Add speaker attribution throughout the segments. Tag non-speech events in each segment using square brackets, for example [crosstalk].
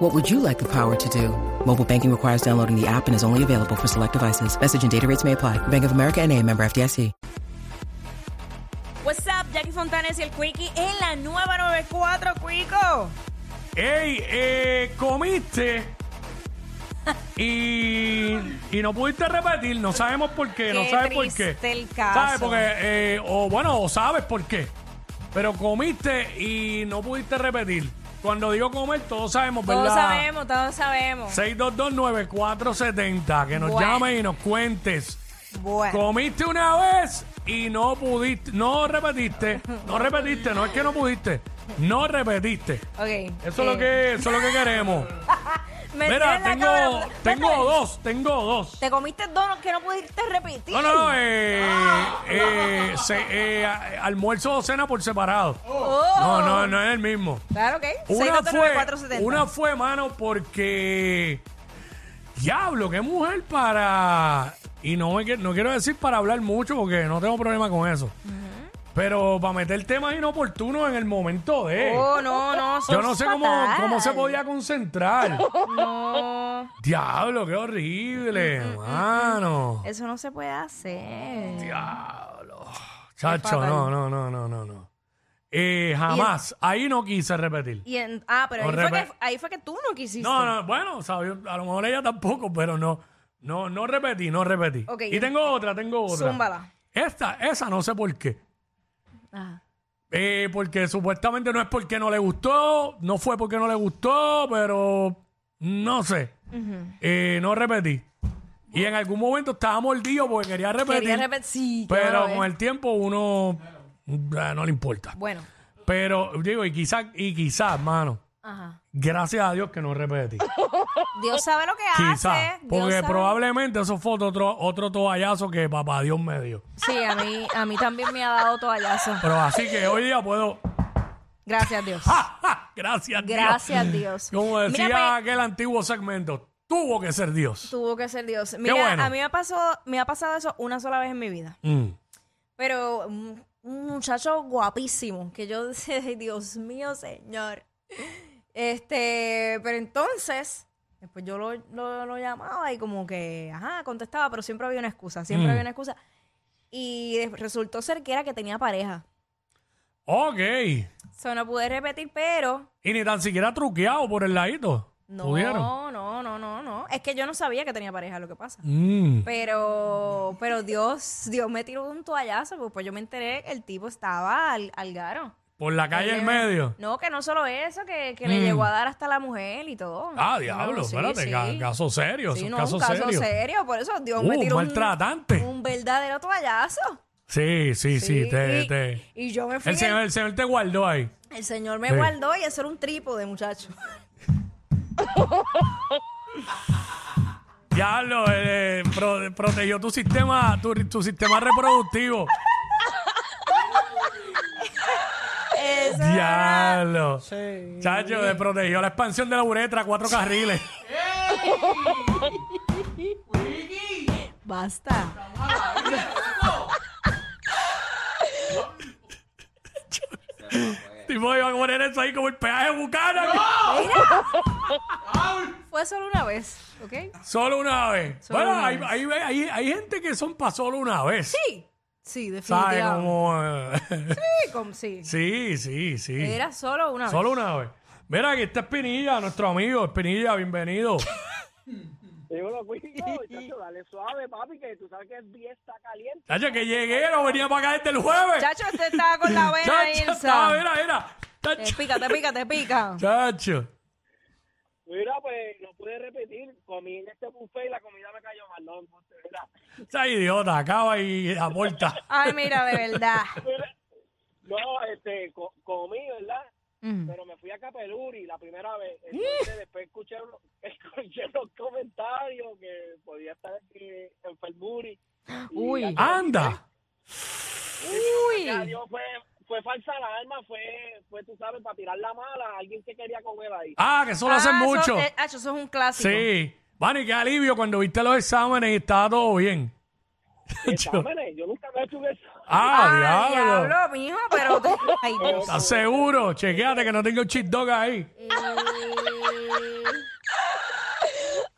Speaker 1: What would you like the power to do? Mobile banking requires downloading the app and is only available for select devices. Message and data rates may apply. Bank of America and a member FDIC.
Speaker 2: What's up, Jackie Fontanes y el Quickie en la nueva 94, Quico.
Speaker 3: Ey, eh, comiste y, y no pudiste repetir, no sabemos por qué, no
Speaker 2: Qué
Speaker 3: sabes por qué.
Speaker 2: triste el caso.
Speaker 3: ¿Sabes? Porque, eh, o bueno, o sabes por qué. Pero comiste y no pudiste repetir. Cuando digo comer, todos sabemos,
Speaker 2: Todos
Speaker 3: ¿verdad?
Speaker 2: sabemos, todos sabemos.
Speaker 3: 6229470, que nos
Speaker 2: Bueno.
Speaker 3: llames y nos cuentes.
Speaker 2: Bueno,
Speaker 3: Comiste una vez y no pudiste, no repetiste, no repetiste, no es que no pudiste, no repetiste.
Speaker 2: ok. eh,
Speaker 3: Eso es lo que, eso es lo que queremos.
Speaker 2: me
Speaker 3: Mira,
Speaker 2: tienes Pues la
Speaker 3: tengo,
Speaker 2: cámara- pues,
Speaker 3: tengo dos, tengo dos.
Speaker 2: Te comiste dos que no pudiste repetir.
Speaker 3: No, no, no, eh,
Speaker 2: [laughs]
Speaker 3: eh, se- eh, a- almuerzo o cena por separado.
Speaker 2: Oh.
Speaker 3: No, no, no es el mismo.
Speaker 2: Claro, ok.
Speaker 3: Una fue,
Speaker 2: 629-470.
Speaker 3: una fue, mano, porque... Diablo, qué mujer para... Y no, me que- no quiero decir para hablar mucho porque no tengo problema con eso. Pero para meter temas inoportunos en el momento de...
Speaker 2: Oh, no, no.
Speaker 3: Yo
Speaker 2: sos
Speaker 3: no sé cómo,
Speaker 2: fatal.
Speaker 3: cómo se podía
Speaker 2: [laughs]
Speaker 3: concentrar.
Speaker 2: No,
Speaker 3: Diablo, qué
Speaker 2: Mm,
Speaker 3: horrible, mano.
Speaker 2: eso no se puede hacer.
Speaker 3: Diablo. Chacho,
Speaker 2: fatal.
Speaker 3: no, no, no, no, no, no. Eh, jamás. Ahí no quise repetir.
Speaker 2: Y en- ah, pero
Speaker 3: No
Speaker 2: ahí fue,
Speaker 3: repe-
Speaker 2: que, ahí fue que tú no quisiste.
Speaker 3: No, no, bueno, sabio, a lo mejor ella tampoco, pero no. No, no repetí, no repetí.
Speaker 2: Ok,
Speaker 3: y
Speaker 2: yo-
Speaker 3: tengo otra, tengo otra.
Speaker 2: Zúmbala.
Speaker 3: Esta, esa no sé por qué.
Speaker 2: Ajá.
Speaker 3: Eh, porque supuestamente no es porque no le gustó, no fue porque no le gustó, pero no sé. Eh, no repetí. Y en algún momento estaba mordido porque quería repetir.
Speaker 2: Quería repetir. Sí,
Speaker 3: pero
Speaker 2: claro, eh.
Speaker 3: con el tiempo uno ah, no le importa.
Speaker 2: Bueno,
Speaker 3: Pero digo, y quizás, y quizás, mano,
Speaker 2: ajá.
Speaker 3: gracias a Dios que no repetí.
Speaker 2: [laughs] Dios sabe lo que
Speaker 3: quizás.
Speaker 2: hace. Ah, Dios
Speaker 3: Porque
Speaker 2: sabe.
Speaker 3: probablemente eso fue otro, otro toallazo que papá Dios me dio.
Speaker 2: Sí, a mí, a mí también me ha dado toallazo.
Speaker 3: Pero así que hoy día puedo. [laughs]
Speaker 2: Gracias, Dios.
Speaker 3: ¡Ja, ja! Gracias, Ah, Dios.
Speaker 2: Gracias, Dios.
Speaker 3: [laughs] Como
Speaker 2: Mira,
Speaker 3: decía
Speaker 2: pues,
Speaker 3: aquel antiguo segmento, tuvo que ser Dios.
Speaker 2: Tuvo que ser Dios. Mira,
Speaker 3: bueno.
Speaker 2: a mí me, pasó, me ha pasado eso una sola vez en mi vida.
Speaker 3: Mm.
Speaker 2: Pero un un muchacho guapísimo, que yo [laughs] decía, "Ay, Dios mío, señor. Este, pero entonces, después yo lo, lo- lo llamaba y como que, ajá, contestaba, pero siempre había una excusa, siempre
Speaker 3: Mm.
Speaker 2: había una excusa. Y de- resultó ser que era que tenía pareja.
Speaker 3: Ok.
Speaker 2: Eso no pude repetir, pero
Speaker 3: Y ni tan siquiera truqueado por el ladito.
Speaker 2: no,
Speaker 3: ¿Pudieron?
Speaker 2: no, no, no, no. Es que yo no sabía que tenía pareja, lo que pasa.
Speaker 3: Mm.
Speaker 2: Pero, pero Dios, Dios me tiró un toallazo, porque pues yo me enteré que el tipo estaba al, al garo.
Speaker 3: Por la calle en medio.
Speaker 2: No, que no solo eso, que, que le
Speaker 3: Mm.
Speaker 2: llegó a dar hasta la mujer y todo.
Speaker 3: Ah,
Speaker 2: [laughs]
Speaker 3: diablo,
Speaker 2: No, sí,
Speaker 3: espérate,
Speaker 2: sí.
Speaker 3: ca- caso serio,
Speaker 2: Sí,
Speaker 3: es un
Speaker 2: no,
Speaker 3: caso,
Speaker 2: un caso
Speaker 3: serio.
Speaker 2: serio. Por eso Dios
Speaker 3: Uh,
Speaker 2: me tiró un,
Speaker 3: maltratante.
Speaker 2: un verdadero toallazo.
Speaker 3: Sí, sí, sí, te-
Speaker 2: y,
Speaker 3: te-
Speaker 2: y yo me fui.
Speaker 3: El señor,
Speaker 2: el,
Speaker 3: el señor te guardó ahí.
Speaker 2: el señor me
Speaker 3: Sí.
Speaker 2: guardó y eso era un trípode, muchacho. [laughs]
Speaker 3: Diablo, eh, pro- protegió tu sistema, tu, tu sistema reproductivo.
Speaker 2: Eso era-
Speaker 3: Diablo. Chacho, te protegió la expansión de la uretra, cuatro carriles. [laughs]
Speaker 2: Basta.
Speaker 3: Tipo, iban a poner eso ahí como el peaje bucana.
Speaker 2: Fue solo una vez, ¿ok?
Speaker 3: Solo una vez.
Speaker 2: Solo
Speaker 3: bueno,
Speaker 2: una
Speaker 3: hay,
Speaker 2: vez.
Speaker 3: hay, hay- hay gente que son para solo una vez.
Speaker 2: Sí. Sí,
Speaker 3: ¿Sabes?
Speaker 2: definitivamente.
Speaker 3: Como. eh, [laughs]
Speaker 2: Sí, como- sí.
Speaker 3: sí, sí, sí.
Speaker 2: Era solo una vez.
Speaker 3: [laughs] Solo una vez. Mira, aquí está Espinilla, nuestro amigo. Espinilla,
Speaker 2: [laughs]
Speaker 3: bienvenido.
Speaker 4: Dímelo, Cuico, chacho, dale suave, papi, que tú sabes que el día está caliente.
Speaker 3: Chacho, que llegué, no venía para acá desde el jueves.
Speaker 2: Chacho, este estaba con la vena
Speaker 3: Chacho,
Speaker 2: Ilsa.
Speaker 3: estaba, mira, mira.
Speaker 2: Te
Speaker 3: Chacho.
Speaker 2: pica, te pica, te pica.
Speaker 3: Chacho.
Speaker 4: Mira, pues, no pude repetir, comí en este buffet y la comida me cayó mal, no, entonces, mira,
Speaker 3: Esa idiota, acaba y aporta.
Speaker 2: [laughs] Ay, mira, de verdad.
Speaker 4: mira, no, este, co- comí, ¿verdad?
Speaker 2: Mm.
Speaker 4: Pero me fui a Capeluri la primera vez, entonces después escuché, lo- [laughs] escuché los comentarios que podía estar aquí en Felmuri.
Speaker 2: Uy.
Speaker 3: Anda.
Speaker 4: Mira, yo fue, fue falsa alarma, fue, fue, tú sabes, para tirar la mala, alguien que quería comer ahí.
Speaker 3: Ah, que eso lo hacen
Speaker 2: Ah, eso-
Speaker 3: mucho.
Speaker 2: eh, hacho, eso es un clásico.
Speaker 3: sí. Vani, qué alivio cuando viste los exámenes y estaba todo bien. [laughs]
Speaker 4: Exámenes, yo nunca me he hecho un examen.
Speaker 3: Ah,
Speaker 2: Ah,
Speaker 3: diablo.
Speaker 2: diablo, mijo,
Speaker 3: [laughs]
Speaker 2: pero... Ay, Dios.
Speaker 3: ¿Estás seguro? Chequéate que no tengo cheat dog ahí.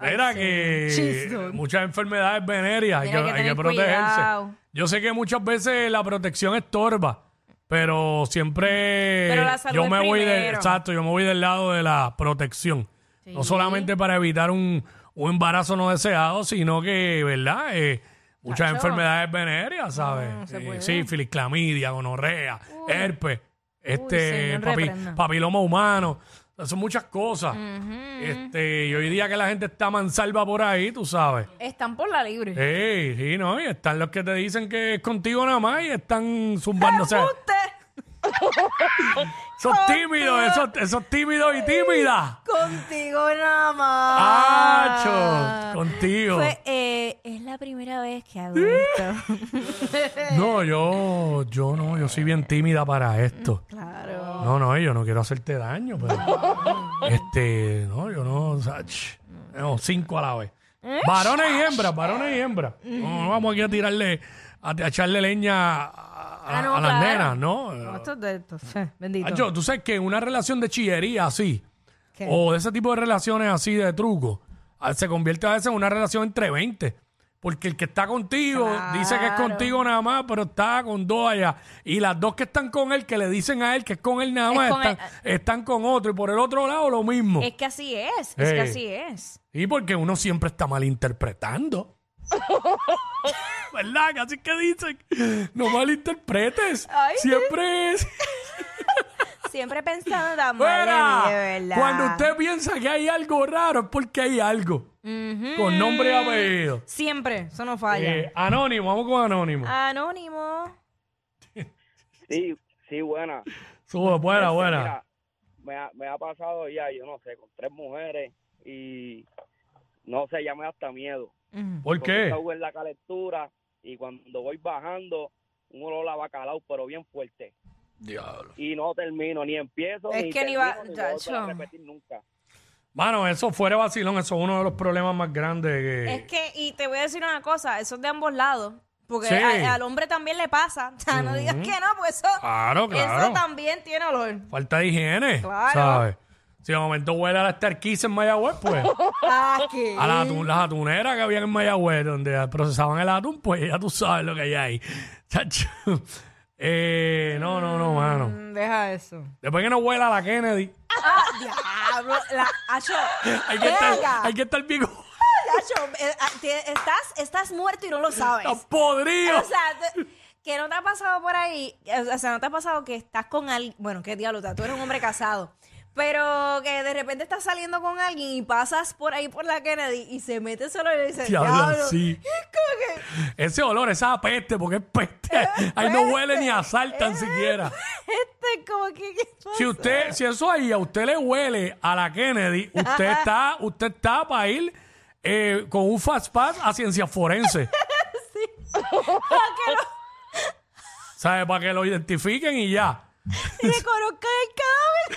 Speaker 3: Mira
Speaker 2: Cheat
Speaker 3: que
Speaker 2: dog.
Speaker 3: muchas enfermedades venéreas hay que,
Speaker 2: Tiene que
Speaker 3: hay que
Speaker 2: tener
Speaker 3: protegerse.
Speaker 2: cuidado.
Speaker 3: Yo sé que muchas veces la protección estorba, pero siempre
Speaker 2: Pero la salud
Speaker 3: yo
Speaker 2: es
Speaker 3: me voy de-
Speaker 2: primero.
Speaker 3: exacto, yo me voy del lado de la protección. No solamente para evitar un, un embarazo no deseado, sino que, ¿verdad? Eh, muchas
Speaker 2: Chacho. Mm,
Speaker 3: enfermedades venéreas, ¿sabes?
Speaker 2: se
Speaker 3: Eh,
Speaker 2: puede.
Speaker 3: sífilis, clamidia, gonorrea, herpes, este
Speaker 2: señor,
Speaker 3: papi-
Speaker 2: reprenda.
Speaker 3: papiloma humano. Son muchas cosas.
Speaker 2: Mm.
Speaker 3: Este, y hoy día que la gente está mansalva por ahí, tú sabes.
Speaker 2: Están por la libre.
Speaker 3: Eh, Sí, sí, no, y están los que te dicen que es contigo nada más y están zumbándose.
Speaker 2: Usted,
Speaker 3: Esos tímidos, esos, esos tímidos y tímidas.
Speaker 2: contigo nada más.
Speaker 3: ¡Acho! Contigo.
Speaker 2: Ah. Fue, eh, es la primera vez que hago esto.
Speaker 3: No, yo, yo no, yo soy bien tímida para esto.
Speaker 2: claro.
Speaker 3: No, no, yo no quiero hacerte daño,
Speaker 2: [laughs]
Speaker 3: pero. este, no, yo no, o sea, ch, no, cinco a la vez.
Speaker 2: ¿Eh?
Speaker 3: Varones y hembras, varones y hembras.
Speaker 2: Mm.
Speaker 3: No, no vamos aquí a tirarle, a, a echarle leña a, a-
Speaker 2: Ah, no,
Speaker 3: a las
Speaker 2: claro.
Speaker 3: nenas, ¿no?
Speaker 2: No, [laughs] Esto es de esto. Bendito.
Speaker 3: Acho, tú sabes que en una relación de chillería así, o de ese tipo de relaciones así de truco, a- se convierte a veces en una relación entre 20. Porque el que está contigo dice que es
Speaker 2: Claro.
Speaker 3: contigo nada más, pero está con dos allá. Y las dos que están con él, que le dicen a él que es con él nada
Speaker 2: Es
Speaker 3: más,
Speaker 2: con eh.
Speaker 3: están, están con otro. Y por el otro lado, lo mismo.
Speaker 2: Es que así es. Es
Speaker 3: Hey.
Speaker 2: que así es.
Speaker 3: Y porque uno siempre
Speaker 2: [laughs]
Speaker 3: está malinterpretando. ¿Verdad? Así que dicen, no malinterpretes.
Speaker 2: Ay, sí.
Speaker 3: siempre es...
Speaker 2: Siempre pensando tan mal
Speaker 3: ¡Fuera!
Speaker 2: de mí, de verdad.
Speaker 3: Cuando usted piensa que hay algo raro es porque hay algo.
Speaker 2: Ujú.
Speaker 3: Con nombre y apellido.
Speaker 2: Siempre. Eso no falla.
Speaker 3: Eh, anónimo, vamos con anónimo.
Speaker 2: Ah. Anónimo.
Speaker 4: Sí, sí, buena.
Speaker 3: Sube, buena, buena.
Speaker 4: Este, Mira, me ha, me ha pasado ya, yo no sé, con tres mujeres y no sé, ya me da hasta miedo.
Speaker 2: Ujú.
Speaker 3: ¿Por
Speaker 4: Porque
Speaker 3: qué?
Speaker 4: estaba en la calentura y cuando voy bajando, un olor a bacalao, pero bien fuerte.
Speaker 3: Diablo.
Speaker 4: Y no termino, ni empiezo,
Speaker 2: Es
Speaker 4: ni
Speaker 2: que ni
Speaker 4: termino,
Speaker 2: va-
Speaker 4: ni lo vuelvo
Speaker 2: chacho.
Speaker 4: a repetir nunca.
Speaker 3: Mano, eso fuera de vacilón, eso es uno de los problemas más grandes que...
Speaker 2: Es que, y te voy a decir una cosa, eso es de ambos lados. Porque
Speaker 3: Sí.
Speaker 2: a- al hombre también le pasa. [laughs] O sea, no digas que no, porque eso,
Speaker 3: Claro, Ah, claro.
Speaker 2: eso también tiene
Speaker 3: [laughs]
Speaker 2: olor.
Speaker 3: Falta de higiene,
Speaker 2: Claro.
Speaker 3: ¿sabes? Si de momento huele a la esterquiza en Mayagüez,
Speaker 2: [laughs]
Speaker 3: pues.
Speaker 2: Ah, ¿qué?
Speaker 3: A la atun- las atuneras que habían en Mayagüez, donde procesaban el atún, pues ya tú sabes lo que hay ahí. [laughs] Chacho. Eh, no, no, no, mano.
Speaker 2: Mm, Deja
Speaker 3: [laughs]
Speaker 2: eso.
Speaker 3: Después que no huela la Kennedy.
Speaker 2: Ah, diablo. La, acho,
Speaker 3: Hay que,
Speaker 2: venga.
Speaker 3: estar, hay que estar bien [laughs]
Speaker 2: Acho, eh, ah, te- estás, estás muerto y no lo sabes.
Speaker 3: tan podrido.
Speaker 2: [laughs] O sea, te- que no te ha pasado por ahí, eh, o sea, no te ha pasado que estás con alguien, bueno, qué diablo, o sea, tú eres un hombre casado, pero que de repente estás saliendo con alguien y pasas por ahí por la Kennedy y se mete solo y dice,
Speaker 3: Diablo,
Speaker 2: diablo,
Speaker 3: sí.
Speaker 2: Es como que-
Speaker 3: Ese olor, esa peste, porque es
Speaker 2: [laughs]
Speaker 3: peste. Ahí no huele ni a sal tan siquiera.
Speaker 2: [laughs] Este, como que. [laughs] ¿qué pasa?
Speaker 3: Si usted, si eso ahí a usted le huele a la Kennedy, usted está, usted está para ir eh, con un fast pass a ciencia forense.
Speaker 2: [laughs]
Speaker 3: [laughs] ¿Sabe? Para que lo identifiquen y ya.
Speaker 2: Le conozcan el